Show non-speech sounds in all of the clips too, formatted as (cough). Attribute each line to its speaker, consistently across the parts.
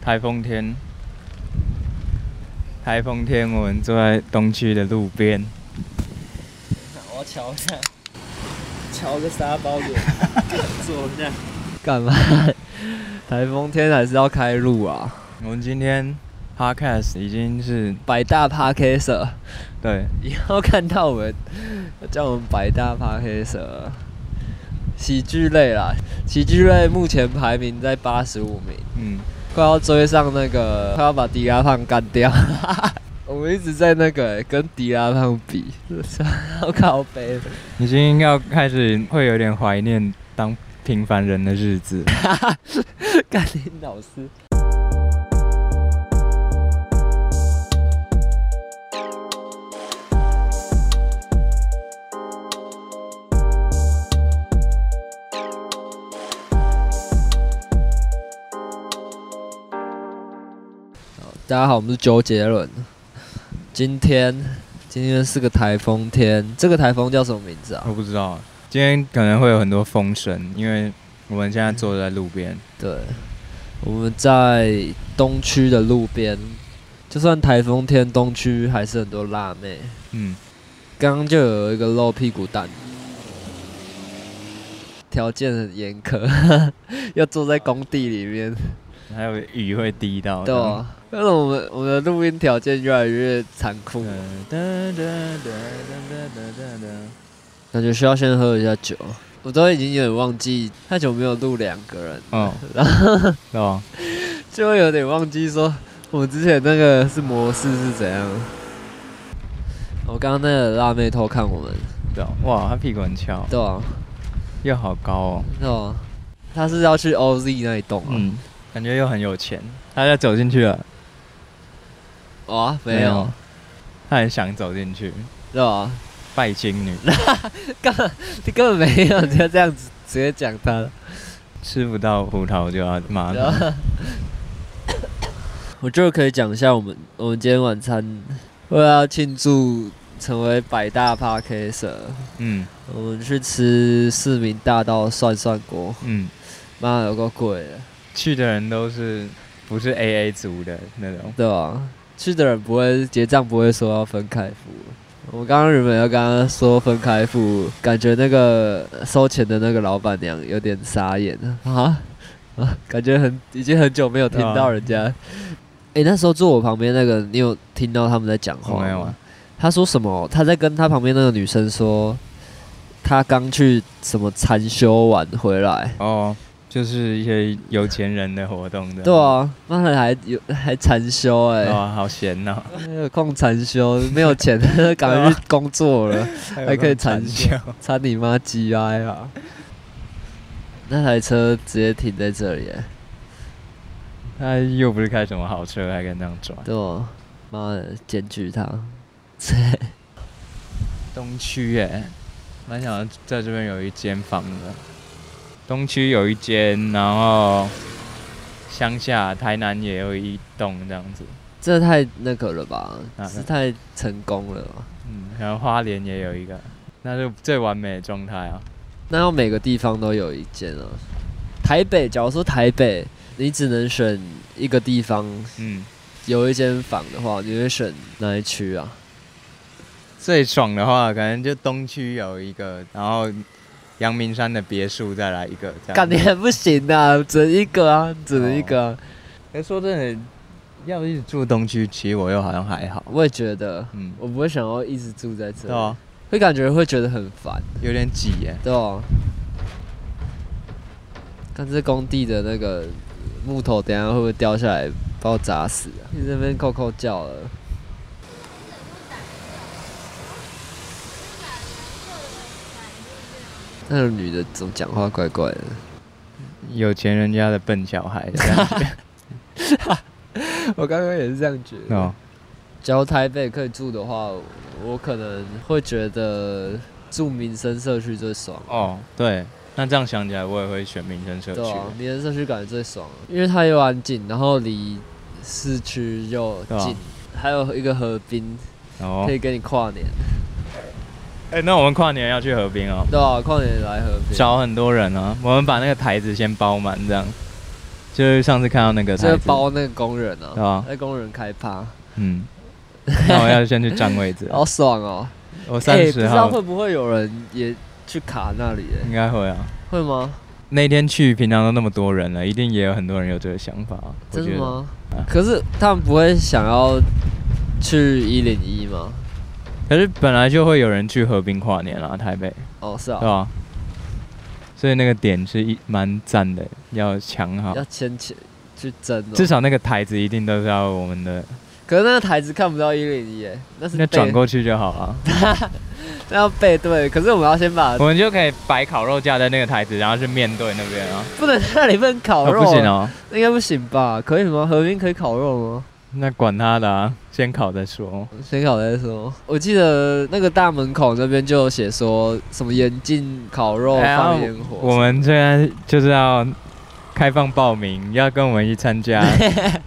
Speaker 1: 台风天，台风天我们坐在东区的路边，
Speaker 2: 我要瞧一下，瞧个沙包给我坐一下。
Speaker 3: 干嘛？台风天还是要开路啊！
Speaker 1: 我们今天 podcast 已经是
Speaker 3: 百大趴 K 社，
Speaker 1: 对
Speaker 3: 以后看到我们叫我们百大趴 K 社。喜剧类啦，喜剧类目前排名在八十五名，
Speaker 1: 嗯，
Speaker 3: 快要追上那个，快要把迪拉胖干掉。 (laughs) 我们一直在那个、欸跟迪拉胖比， (laughs) 要靠背。
Speaker 1: 已经要开始会有点怀念当平凡人的日子。
Speaker 3: 干林老师。好大家好，我们是周杰伦。今天，今天是个台风天，这个台风叫什么名字啊？
Speaker 1: 我不知道，今天可能会有很多风声，因为我们现在坐在路边，
Speaker 3: 对，我们在东区的路边，就算台风天，东区还是很多辣妹。
Speaker 1: 嗯，
Speaker 3: 刚刚就有一个露屁股蛋，条件很严苛， (laughs) 要坐在工地里面。
Speaker 1: 还有雨会滴到。
Speaker 3: 对啊，但是我们我们的录音条件越来越残酷
Speaker 1: 这，样。哒嗯呃哒哒哒哒哒哒
Speaker 3: 感觉需要先喝一下酒。我都已经有点忘记，太久没有录两个人，
Speaker 1: 哦，
Speaker 3: 然
Speaker 1: 后对啊吧？
Speaker 3: 就会有点忘记说我们之前那个是模式是怎样。我刚刚那个辣妹偷看我们，
Speaker 1: 对啊，哇，他屁股很翘，
Speaker 3: 对啊，
Speaker 1: 又好高哦，
Speaker 3: 对啊，她是要去 OZ 那一栋啊？
Speaker 1: 嗯，感觉又很有钱。他要走进去了，
Speaker 3: 哇，没有，，
Speaker 1: 他很想走进去，
Speaker 3: 对吧？
Speaker 1: 拜金
Speaker 3: (laughs)
Speaker 1: 女
Speaker 3: 根本你根本没有，你要这样子直接讲她了。
Speaker 1: 吃不到葡萄就要骂
Speaker 3: 然
Speaker 1: 他。
Speaker 3: 后 (laughs) 我就可以讲一下我们我们今天晚餐，为了要庆祝成为百大 p a r k e r
Speaker 1: 嗯
Speaker 3: 我们去吃市民大道涮涮锅，
Speaker 1: 嗯，
Speaker 3: 妈有够贵的。
Speaker 1: 去的人都是不是 A A 族的那种，
Speaker 3: 对啊，去的人不会结账，不会说要分开付。我刚刚原本要跟他说分开付，感觉那个收钱的那个老板娘有点傻眼啊啊，感觉很已经很久没有听到人家。诶，那时候坐我旁边那个，你有听到他们在讲话
Speaker 1: 没有
Speaker 3: 吗
Speaker 1: 啊？
Speaker 3: 他说什么？他在跟他旁边那个女生说，他刚去什么禅修完回来，
Speaker 1: 哦，就是一些有钱人的活动的。
Speaker 3: 对，啊，妈的还有还禅修哎、
Speaker 1: 哇，好闲哦，
Speaker 3: 没有空禅修，没有钱， (laughs) 赶快去工作了， (laughs) 还可以禅修，查你妈鸡哀啊！那台车直接停在这里耶，
Speaker 1: 他又不是开什么好车，还敢这样转。
Speaker 3: 对哦，妈的，检举他！
Speaker 1: 东区耶，蛮想在这边有一间房的。东区有一间，然后乡下台南也有一栋这样子，
Speaker 3: 这太那个了吧，
Speaker 1: 啊
Speaker 3: 是太成功了吧？
Speaker 1: 嗯，然后花莲也有一个，那就最完美的状态啊。
Speaker 3: 那要每个地方都有一间啊。台北，假如说台北，你只能选一个地方
Speaker 1: 嗯，
Speaker 3: 有一间房的话，你会选哪一区啊？
Speaker 1: 最爽的话，可能就东区有一个，然后阳明山的别墅再来一个这
Speaker 3: 干
Speaker 1: 样
Speaker 3: 你
Speaker 1: 子。
Speaker 3: 还不行啊，只能一个啊，只能一个啊、
Speaker 1: 可是说真的，要一直住东区，其实我又好像还好。
Speaker 3: 我也觉得，
Speaker 1: 嗯，
Speaker 3: 我不会想要一直住在
Speaker 1: 对
Speaker 3: 这里，
Speaker 1: 啊，
Speaker 3: 会感觉会觉得很烦，
Speaker 1: 有点挤耶。
Speaker 3: 对吧？看这工地的那个木头，等一下会不会掉下来把我砸死啊？你这边扣扣叫了，那个女的怎么讲话怪怪的？
Speaker 1: 有钱人家的笨小孩这样
Speaker 3: (laughs)
Speaker 1: 子。
Speaker 3: 我刚刚也是这样觉得。
Speaker 1: 哦，
Speaker 3: 假如台北可以住的话，我可能会觉得住民生社区最爽。啊
Speaker 1: 哦，对，那这样想起来，我也会选民生社
Speaker 3: 对
Speaker 1: 区
Speaker 3: 啊，。民生社区感觉最爽，啊因为它又安静，然后离市区又
Speaker 1: 对啊
Speaker 3: 近，还有一个河滨
Speaker 1: 哦
Speaker 3: 可，以跟你跨年。
Speaker 1: 哎、那我们跨年要去河滨哦，
Speaker 3: 对啊，跨年来河滨。
Speaker 1: 找很多人啊，我们把那个台子先包满，这样就是上次看到那个
Speaker 3: 就是
Speaker 1: 台子
Speaker 3: 包那个工人
Speaker 1: 对
Speaker 3: 啊，
Speaker 1: 吧？
Speaker 3: 那工人开趴， (laughs)
Speaker 1: 嗯，那我要先去占位置了。
Speaker 3: 好爽哦！
Speaker 1: 我
Speaker 3: 哎，
Speaker 1: 啊三
Speaker 3: 不
Speaker 1: 十
Speaker 3: 知道
Speaker 1: 号
Speaker 3: 会不会有人也去卡那里耶？
Speaker 1: 应该会啊。
Speaker 3: 会吗？
Speaker 1: 那天去，平常都那么多人了，一定也有很多人有这个想法。我
Speaker 3: 真
Speaker 1: 觉
Speaker 3: 的
Speaker 1: 得
Speaker 3: 吗
Speaker 1: 啊？
Speaker 3: 可是他们不会想要去一零一吗？
Speaker 1: 可是本来就会有人去河滨跨年啦，台北，
Speaker 3: 哦，是
Speaker 1: 对
Speaker 3: 啊，
Speaker 1: 吧？所以那个点是一蛮赞的，要抢好
Speaker 3: 要，签签去争哦。
Speaker 1: 至少那个台子一定都是要我们的，
Speaker 3: 可是那个台子看不到一零一耶，那是
Speaker 1: 那
Speaker 3: 背
Speaker 1: 转，过去就好了。
Speaker 3: 那要背对。可是我们要先把
Speaker 1: 我们就可以摆烤肉架在那个台子，然后是面对那边啊。
Speaker 3: 不能那里不能烤
Speaker 1: 哦，
Speaker 3: 肉，啊
Speaker 1: 不行哦，
Speaker 3: 应该不行吧？可以吗？河边可以烤肉吗？
Speaker 1: 那管他的啊，先烤再说。
Speaker 3: 先烤再说。我记得那个大门口那边就有写说什么严禁烤肉、
Speaker 1: 哎呀
Speaker 3: 放烟火。
Speaker 1: 我们现在就是要开放报名，要跟我们一起参
Speaker 3: (laughs)
Speaker 1: 加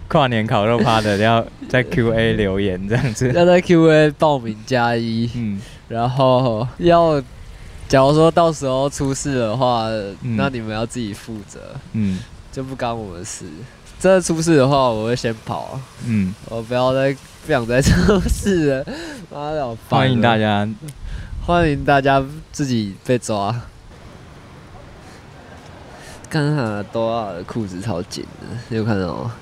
Speaker 1: 跨年烤肉趴的，要在 Q&A 留言这样
Speaker 3: (laughs)
Speaker 1: 子。
Speaker 3: 要在 Q&A 报名加一，
Speaker 1: 嗯，
Speaker 3: 然后要假如说到时候出事的话，
Speaker 1: 嗯
Speaker 3: 那你们要自己负责，
Speaker 1: 嗯
Speaker 3: 就不干我们事。真的出事的话，我会先跑，
Speaker 1: 嗯，
Speaker 3: 我不要再不想再出事了。妈的，好烦哦
Speaker 1: 欢迎大，家。
Speaker 3: 欢迎大家自己被抓。干哈多啊，裤子超紧的，你有看到吗？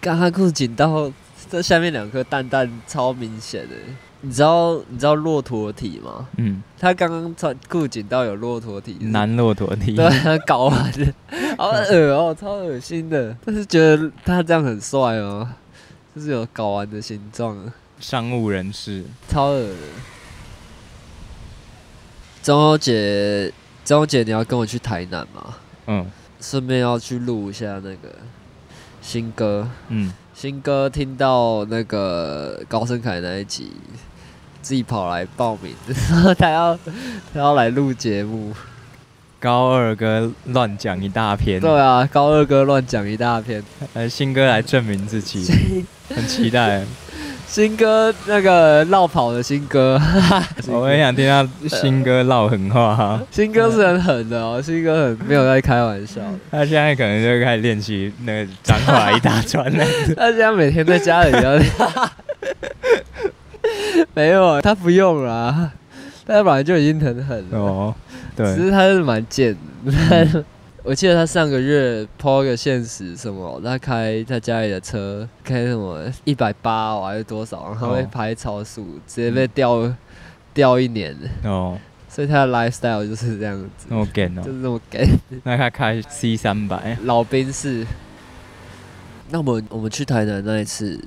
Speaker 3: 干哈裤子紧到这下面两颗蛋蛋超明显的。你知道你知道骆驼体吗？
Speaker 1: 嗯，
Speaker 3: 他刚刚穿裤紧到有骆驼体，
Speaker 1: 男骆驼体。
Speaker 3: 对他搞完了，好恶哦、超恶心的。但是觉得他这样很帅吗？就是有睾丸的形状啊，
Speaker 1: 商务人士。
Speaker 3: 超恶的。中秋节，中秋节你要跟我去台南吗？
Speaker 1: 嗯
Speaker 3: 顺便要去录一下那个新歌， (laughs)
Speaker 1: 嗯，
Speaker 3: 新歌听到那个高胜凯那一集，自己跑来报名， (laughs) 他要他要来录节目。
Speaker 1: 高二哥乱讲一大篇。
Speaker 3: 对啊，高二哥乱讲一大篇。
Speaker 1: 呃，新哥来证明自己，很期
Speaker 3: (laughs)
Speaker 1: 待。
Speaker 3: 新歌那个绕跑的新歌， (laughs)
Speaker 1: 我很想听到新哥唠狠话
Speaker 3: (laughs)
Speaker 1: 啊。
Speaker 3: 新歌是很狠的哦，新歌很没有在开玩笑。
Speaker 1: 他现在可能就开始练习那个脏话一大串
Speaker 3: (laughs)
Speaker 1: 了。 (laughs)
Speaker 3: 他现在每天在家里要，没有他不用啦，他本来就已经很狠了，
Speaker 1: 哦，
Speaker 3: 只
Speaker 1: 对，
Speaker 3: 是他是蛮贱的。 (laughs) 我记得他上个月 PO 个现实什么，他开他家里的车开什么一百八哦还是多少，然后被
Speaker 1: 哦
Speaker 3: 拍超速，直接被吊吊一年。
Speaker 1: 哦，
Speaker 3: 所以他的 lifestyle 就是这样子，
Speaker 1: 那么 g 哦
Speaker 3: 就，是这么给
Speaker 1: 那他开 C 三百，
Speaker 3: 老兵式。那我们我们去台南那一次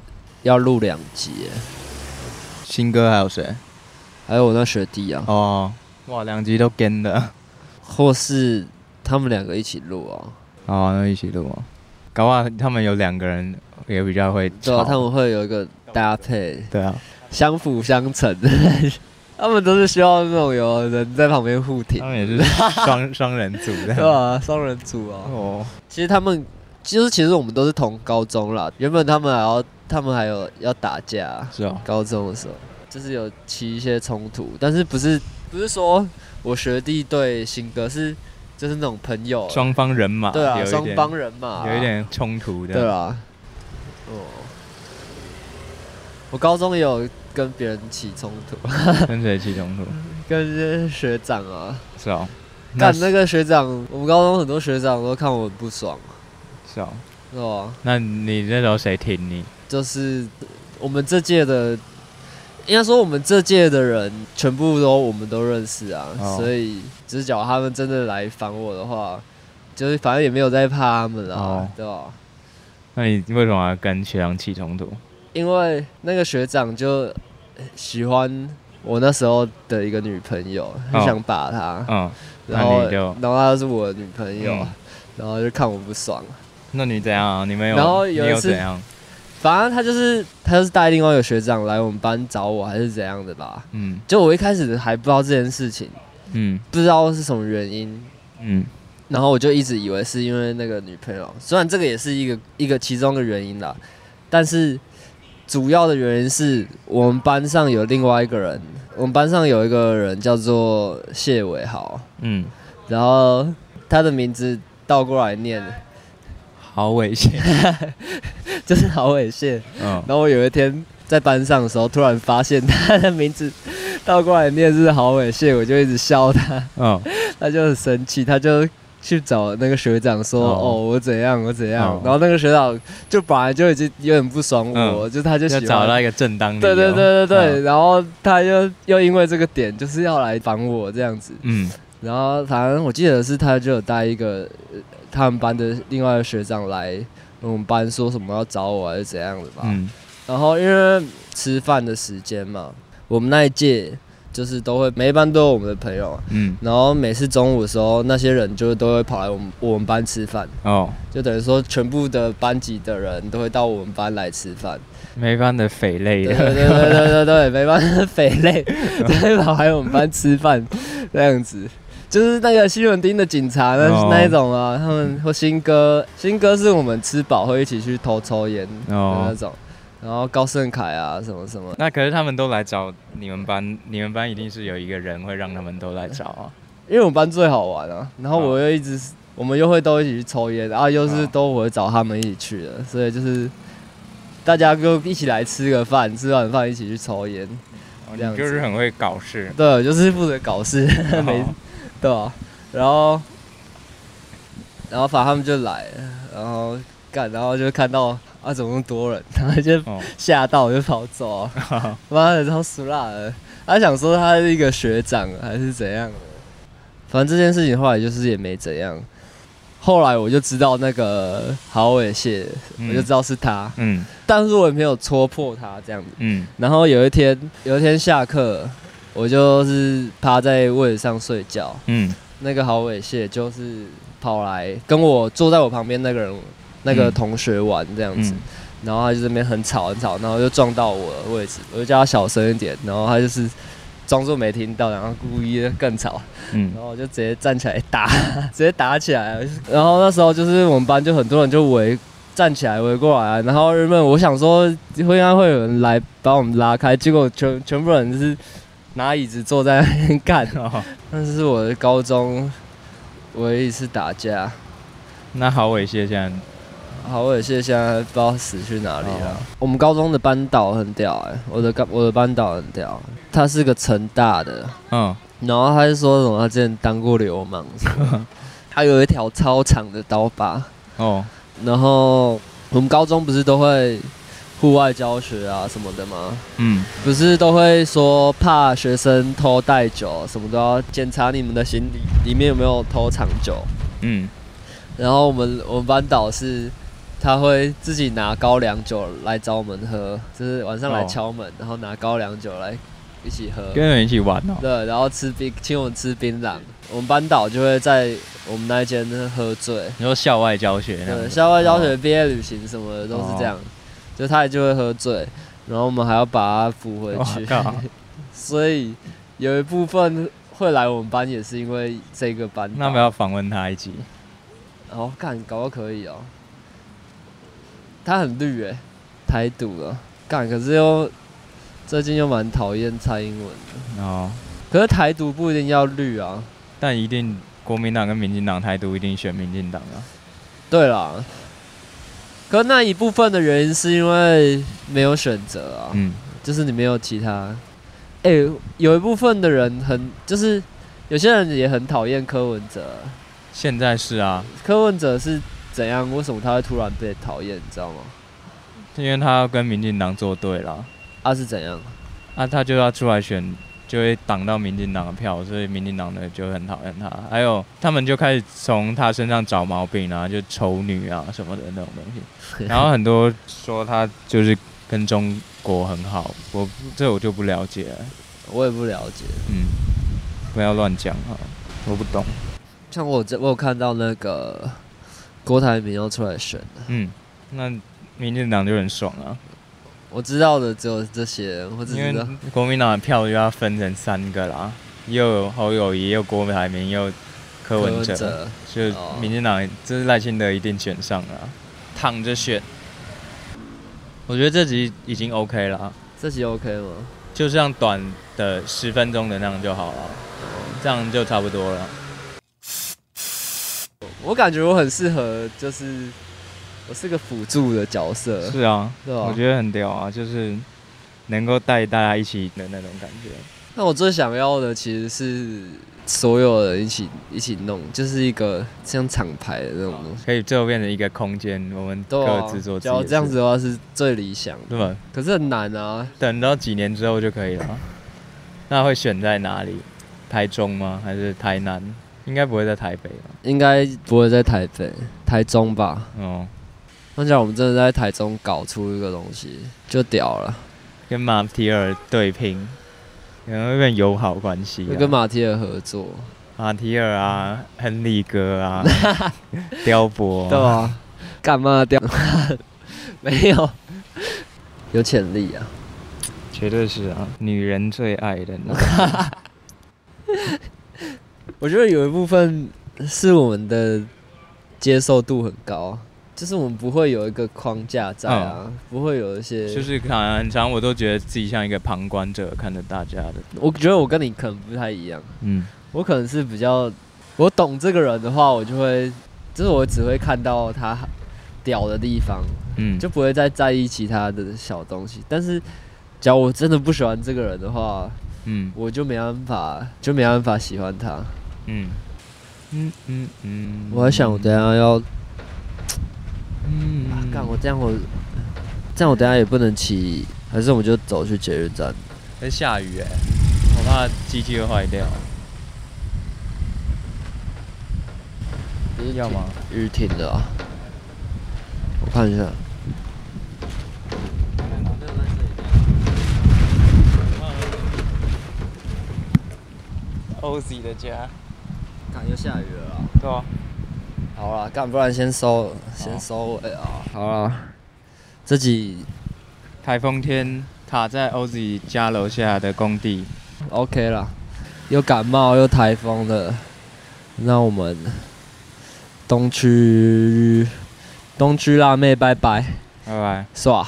Speaker 3: 要录两集耶，
Speaker 1: 新哥还有谁？
Speaker 3: 还有我那学弟啊，
Speaker 1: 哦，哇，两集都 g 的，
Speaker 3: 或是他们两个一起录啊，
Speaker 1: 哦，那一起录哦。搞不好他们有两个人也比较会
Speaker 3: 对啊，
Speaker 1: 吵，
Speaker 3: 他们会有一个搭配，
Speaker 1: 对啊，
Speaker 3: 相辅相成。 (laughs) 他们都是需要那种有人在旁边护挺
Speaker 1: 他，们也是 (laughs) 双双人组的，
Speaker 3: 对吧、双人组啊。
Speaker 1: 哦，
Speaker 3: 其实他们就是其实我们都是同高中啦，原本他们还要他们还有要打架、
Speaker 1: 是哦，
Speaker 3: 高中的时候，就是有起一些冲突，但是不是不是说我学弟对新哥是就是那种朋友，啊
Speaker 1: 双方人啊马，
Speaker 3: 对啊，
Speaker 1: 有一
Speaker 3: 双
Speaker 1: 点
Speaker 3: 帮人嘛，
Speaker 1: 有一点冲突的，
Speaker 3: 对啦。哦，我高中也有跟别人起冲突， (laughs)
Speaker 1: 跟谁起冲突？
Speaker 3: 嗯跟这些学长啊，
Speaker 1: 是哦，
Speaker 3: 干
Speaker 1: 是
Speaker 3: 那个学长，我们高中很多学长都看我很不爽，
Speaker 1: 是哦，
Speaker 3: 是吧？
Speaker 1: 那你那时候谁挺你？
Speaker 3: 就是我们这届的，应该说我们这届的人全部都我们都认识啊，
Speaker 1: 哦
Speaker 3: 所以只是讲他们真的来烦我的话，就是反正也没有在怕他们啦，
Speaker 1: 哦
Speaker 3: 对吧？
Speaker 1: 那你为什么要跟学长起冲突？
Speaker 3: 因为那个学长就喜欢我那时候的一个女朋友，很想把她，
Speaker 1: 嗯，
Speaker 3: 然后
Speaker 1: 哦那你就
Speaker 3: 然后她是我的女朋友，
Speaker 1: 嗯
Speaker 3: 然后就看我不爽。
Speaker 1: 那你怎样啊？你没有？
Speaker 3: 然后有
Speaker 1: 你
Speaker 3: 一
Speaker 1: 有
Speaker 3: 次
Speaker 1: 怎样？
Speaker 3: 反正他就是他就是带另外一个学长来我们班找我还是怎样的吧。
Speaker 1: 嗯
Speaker 3: 就我一开始还不知道这件事情，
Speaker 1: 嗯
Speaker 3: 不知道是什么原因，
Speaker 1: 嗯
Speaker 3: 然后我就一直以为是因为那个女朋友，虽然这个也是一个一个其中的原因啦，但是主要的原因是我们班上有另外一个人，我们班上有一个人叫做谢伟豪，
Speaker 1: 嗯，
Speaker 3: 然后他的名字倒过来念
Speaker 1: 好猥亵。
Speaker 3: 就是好猥亵。
Speaker 1: 嗯，
Speaker 3: 然后我有一天在班上的时候，突然发现他的名字倒过来念是好猥亵，我就一直笑他，
Speaker 1: 嗯，
Speaker 3: 他就很生气，他就去找那个学长说：“
Speaker 1: 哦
Speaker 3: 哦，我怎样，我怎样。
Speaker 1: 哦
Speaker 3: 然后那个学长就本来就已经有点不爽我，就 (laughs) 他就
Speaker 1: 嗯
Speaker 3: 喜
Speaker 1: 要
Speaker 3: 欢
Speaker 1: 找到一个正当理由。
Speaker 3: 对对对对对，
Speaker 1: 嗯，
Speaker 3: 然后他又又因为这个点就是要来烦我这样子，
Speaker 1: 嗯，
Speaker 3: 然后反正我记得是他就有带一个呃他们班的另外一个学长来我们班说什么要找我还是怎样的吧，
Speaker 1: 嗯，
Speaker 3: 然后因为吃饭的时间嘛，我们那一届就是都会每一班都有我们的朋友啊，
Speaker 1: 嗯，
Speaker 3: 然后每次中午的时候，那些人就都会跑来我们我们班吃饭，
Speaker 1: 哦，
Speaker 3: 就等于说全部的班级的人都会到我们班来吃饭。
Speaker 1: 没办的匪类
Speaker 3: 对
Speaker 1: 的，
Speaker 3: 对对对对对，没办法，匪类都会跑来我们班吃饭这样子。就是那个西门町的警察那、
Speaker 1: 哦
Speaker 3: 那一种啊，他们或新哥，新哥是我们吃饱会一起去偷抽烟的
Speaker 1: 哦
Speaker 3: 那种，然后高盛凯啊什么什么，
Speaker 1: 那可是他们都来找你们班，你们班一定是有一个人会让他们都来找啊。
Speaker 3: 因为我们班最好玩啊，然后我又一直，我们又会都一起去抽烟，然后又是
Speaker 1: 哦
Speaker 3: 都我会找他们一起去的，所以就是大家就一起来吃个饭，吃完饭一起去抽烟，
Speaker 1: 哦
Speaker 3: 这样
Speaker 1: 你
Speaker 3: 子
Speaker 1: 就是很会搞事。
Speaker 3: 对，我就是负责搞事， (laughs) 没
Speaker 1: 哦
Speaker 3: 对啊，然后然后反正他们就来了，然后干，然后就看到啊怎么那么多人，然后就
Speaker 1: 哦，
Speaker 3: 吓到我就跑走、
Speaker 1: (laughs)
Speaker 3: 啊，妈的超俗辣的。他想说他是一个学长还是怎样的，反正这件事情后来就是也没怎样。后来我就知道那个好猥亵，
Speaker 1: 嗯
Speaker 3: 我就知道是他，
Speaker 1: 嗯
Speaker 3: 但是我也没有戳破他这样子。
Speaker 1: 嗯
Speaker 3: 然后有一天，有一天下课，我就是趴在位置上睡觉，
Speaker 1: 嗯
Speaker 3: 那个好猥亵就是跑来跟我坐在我旁边那个人那个
Speaker 1: 嗯
Speaker 3: 同学玩这样子。
Speaker 1: 嗯
Speaker 3: 然后他就这边很吵很吵，然后就撞到我的位置，我就叫他小声一点，然后他就是装作没听到，然后故意更吵，
Speaker 1: 嗯
Speaker 3: 然后我就直接站起来打， (laughs) 直接打起来了。然后那时候就是我们班就很多人就围站起来围过来啊，然后原本我想说会应该会有人来把我们拉开，结果全全部人就是拿椅子坐在那边 (laughs) 干。
Speaker 1: (laughs) 哦，
Speaker 3: 那是我的高中唯一一次打架，
Speaker 1: 那好猥亵，现在
Speaker 3: 好猥亵，现在不知道死去哪里了。
Speaker 1: 哦
Speaker 3: 我们高中的班导很屌哎、我的高我的班导很屌，他是个成大的，
Speaker 1: 嗯
Speaker 3: 然后他就说什么他之前当过流氓什么的，他有一条超长的刀疤，
Speaker 1: 哦
Speaker 3: 然后我们高中不是都会户外教学啊什么的吗？
Speaker 1: 嗯
Speaker 3: 不是都会说怕学生偷带酒，什么都要检查你们的行李里面有没有偷藏酒。
Speaker 1: 嗯
Speaker 3: 然后我们我们班导是他会自己拿高粱酒来找我们喝，就是晚上来
Speaker 1: 哦
Speaker 3: 敲门，然后拿高粱酒来一起喝。
Speaker 1: 跟人一起玩哦。
Speaker 3: 对，然后吃冰，请我们吃槟榔。我们班导就会在我们那一间喝醉。
Speaker 1: 你说校外教学那样
Speaker 3: 对，
Speaker 1: 子
Speaker 3: 校外教学、毕业旅行什么的都是这样，
Speaker 1: 哦
Speaker 3: 就他也就会喝醉，然后我们还要把他扶回
Speaker 1: (laughs) 哇
Speaker 3: 去。
Speaker 1: 靠
Speaker 3: (laughs) 所以有一部分会来我们班，也是因为这个班导。
Speaker 1: 那我们要访问他一集。
Speaker 3: 哦，干，搞到可以哦。他很绿诶，台独了，干，可是又最近又蛮讨厌蔡英文的。
Speaker 1: 哦，
Speaker 3: 可是台独不一定要绿啊。
Speaker 1: 但一定国民党跟民进党态度一定选民进党啊。
Speaker 3: 对啦，可那一部分的原因是因为没有选择啊，
Speaker 1: 嗯
Speaker 3: 就是你没有其他。哎、有一部分的人很，就是有些人也很讨厌柯文哲。啊
Speaker 1: 现在是啊，
Speaker 3: 柯文哲是怎样？为什么他会突然被讨厌？你知道吗？
Speaker 1: 因为他要跟民进党作对了，
Speaker 3: 他、是怎样？
Speaker 1: 啊，他就要出来选，就会挡到民进党的票，所以民进党的就很讨厌他。还有他们就开始从他身上找毛病啊，就丑女啊什么的那种东 (laughs) 西。然后很多说他就是跟中国很好，我这我就不了解了。
Speaker 3: 我也不了解。
Speaker 1: 嗯，不要乱讲哈，我不懂。
Speaker 3: 像我这，我有看到那个郭台铭要出来选了，
Speaker 1: 嗯，那民进党就很爽啊，
Speaker 3: 我知道的只有这些，我只
Speaker 1: 因
Speaker 3: 知
Speaker 1: 为
Speaker 3: 道
Speaker 1: 国民党的票就要分成三个啦，又有侯友谊，又郭台铭，又柯文哲，就是
Speaker 3: 哦
Speaker 1: 民进党，这是赖清德一定选上了，躺着选。我觉得这集已经 OK 了啊，
Speaker 3: 这些 OK 吗？
Speaker 1: 就这样短的十分钟的那样就好了，啊这样就差不多了。
Speaker 3: 我感觉我很适合，就是我是个辅助的角色，
Speaker 1: 是啊，
Speaker 3: 对吧
Speaker 1: 我觉得很屌啊，就是能够带大家一起的那种感觉。
Speaker 3: 那我最想要的其实是所有人一起一起弄，就是一个像厂牌的那种东西。
Speaker 1: 可以最后变成一个空间，我们
Speaker 3: 对
Speaker 1: 各
Speaker 3: 啊
Speaker 1: 自做自己
Speaker 3: 假如
Speaker 1: 的
Speaker 3: 这样
Speaker 1: 事
Speaker 3: 子，的话是最理想的，
Speaker 1: 对吧？
Speaker 3: 可是很难啊。
Speaker 1: 等到几年之后就可以了啊。那会选在哪里？台中吗？还是台南？应该不会在台北吧？
Speaker 3: 应该不会在台北、台中吧？
Speaker 1: 哦，
Speaker 3: 那假如我们真的在台中搞出一个东西，就屌了，
Speaker 1: 跟马提尔对拼，可能会变友好关系、
Speaker 3: 就
Speaker 1: 啊。
Speaker 3: 跟马蒂尔合作，
Speaker 1: 马提尔啊，亨利哥
Speaker 3: (laughs)
Speaker 1: 啊，雕博、
Speaker 3: 对啊，干嘛屌？ (laughs) 没有，有潜力啊！
Speaker 1: 绝对是啊，女人最爱的那种。
Speaker 3: 我觉得有一部分是我们的接受度很高，啊就是我们不会有一个框架在啊，不会有一些。
Speaker 1: 就是可能很长，我都觉得自己像一个旁观者，看着大家的。
Speaker 3: 我觉得我跟你可能不太一样，
Speaker 1: 嗯，
Speaker 3: 我可能是比较，我懂这个人的话，我就会，就是我只会看到他屌的地方，
Speaker 1: 嗯，
Speaker 3: 就不会再在意其他的小东西。但是，假如我真的不喜欢这个人的话，
Speaker 1: 嗯
Speaker 3: 我就没办法，就没办法喜欢他。
Speaker 1: 嗯嗯嗯嗯，
Speaker 3: 我在想，我等一下要
Speaker 1: 嗯
Speaker 3: 啊，干、我这样我这样我等一下也不能骑，还是我们就走去捷运站？
Speaker 1: 在下雨哎、我怕机器会坏掉。要吗？
Speaker 3: 雨停了啊，我看一下。
Speaker 1: ？OZ 的家，
Speaker 3: 看又下雨了啊！
Speaker 1: 对啊，
Speaker 3: 好啦，干不然先收先收尾啊！好啦，这集
Speaker 1: 台风天卡在 OZ 家楼下的工地，
Speaker 3: OK 啦，又感冒又台风的，那我们东区东区辣妹拜拜，
Speaker 1: 拜拜。
Speaker 3: 是吧？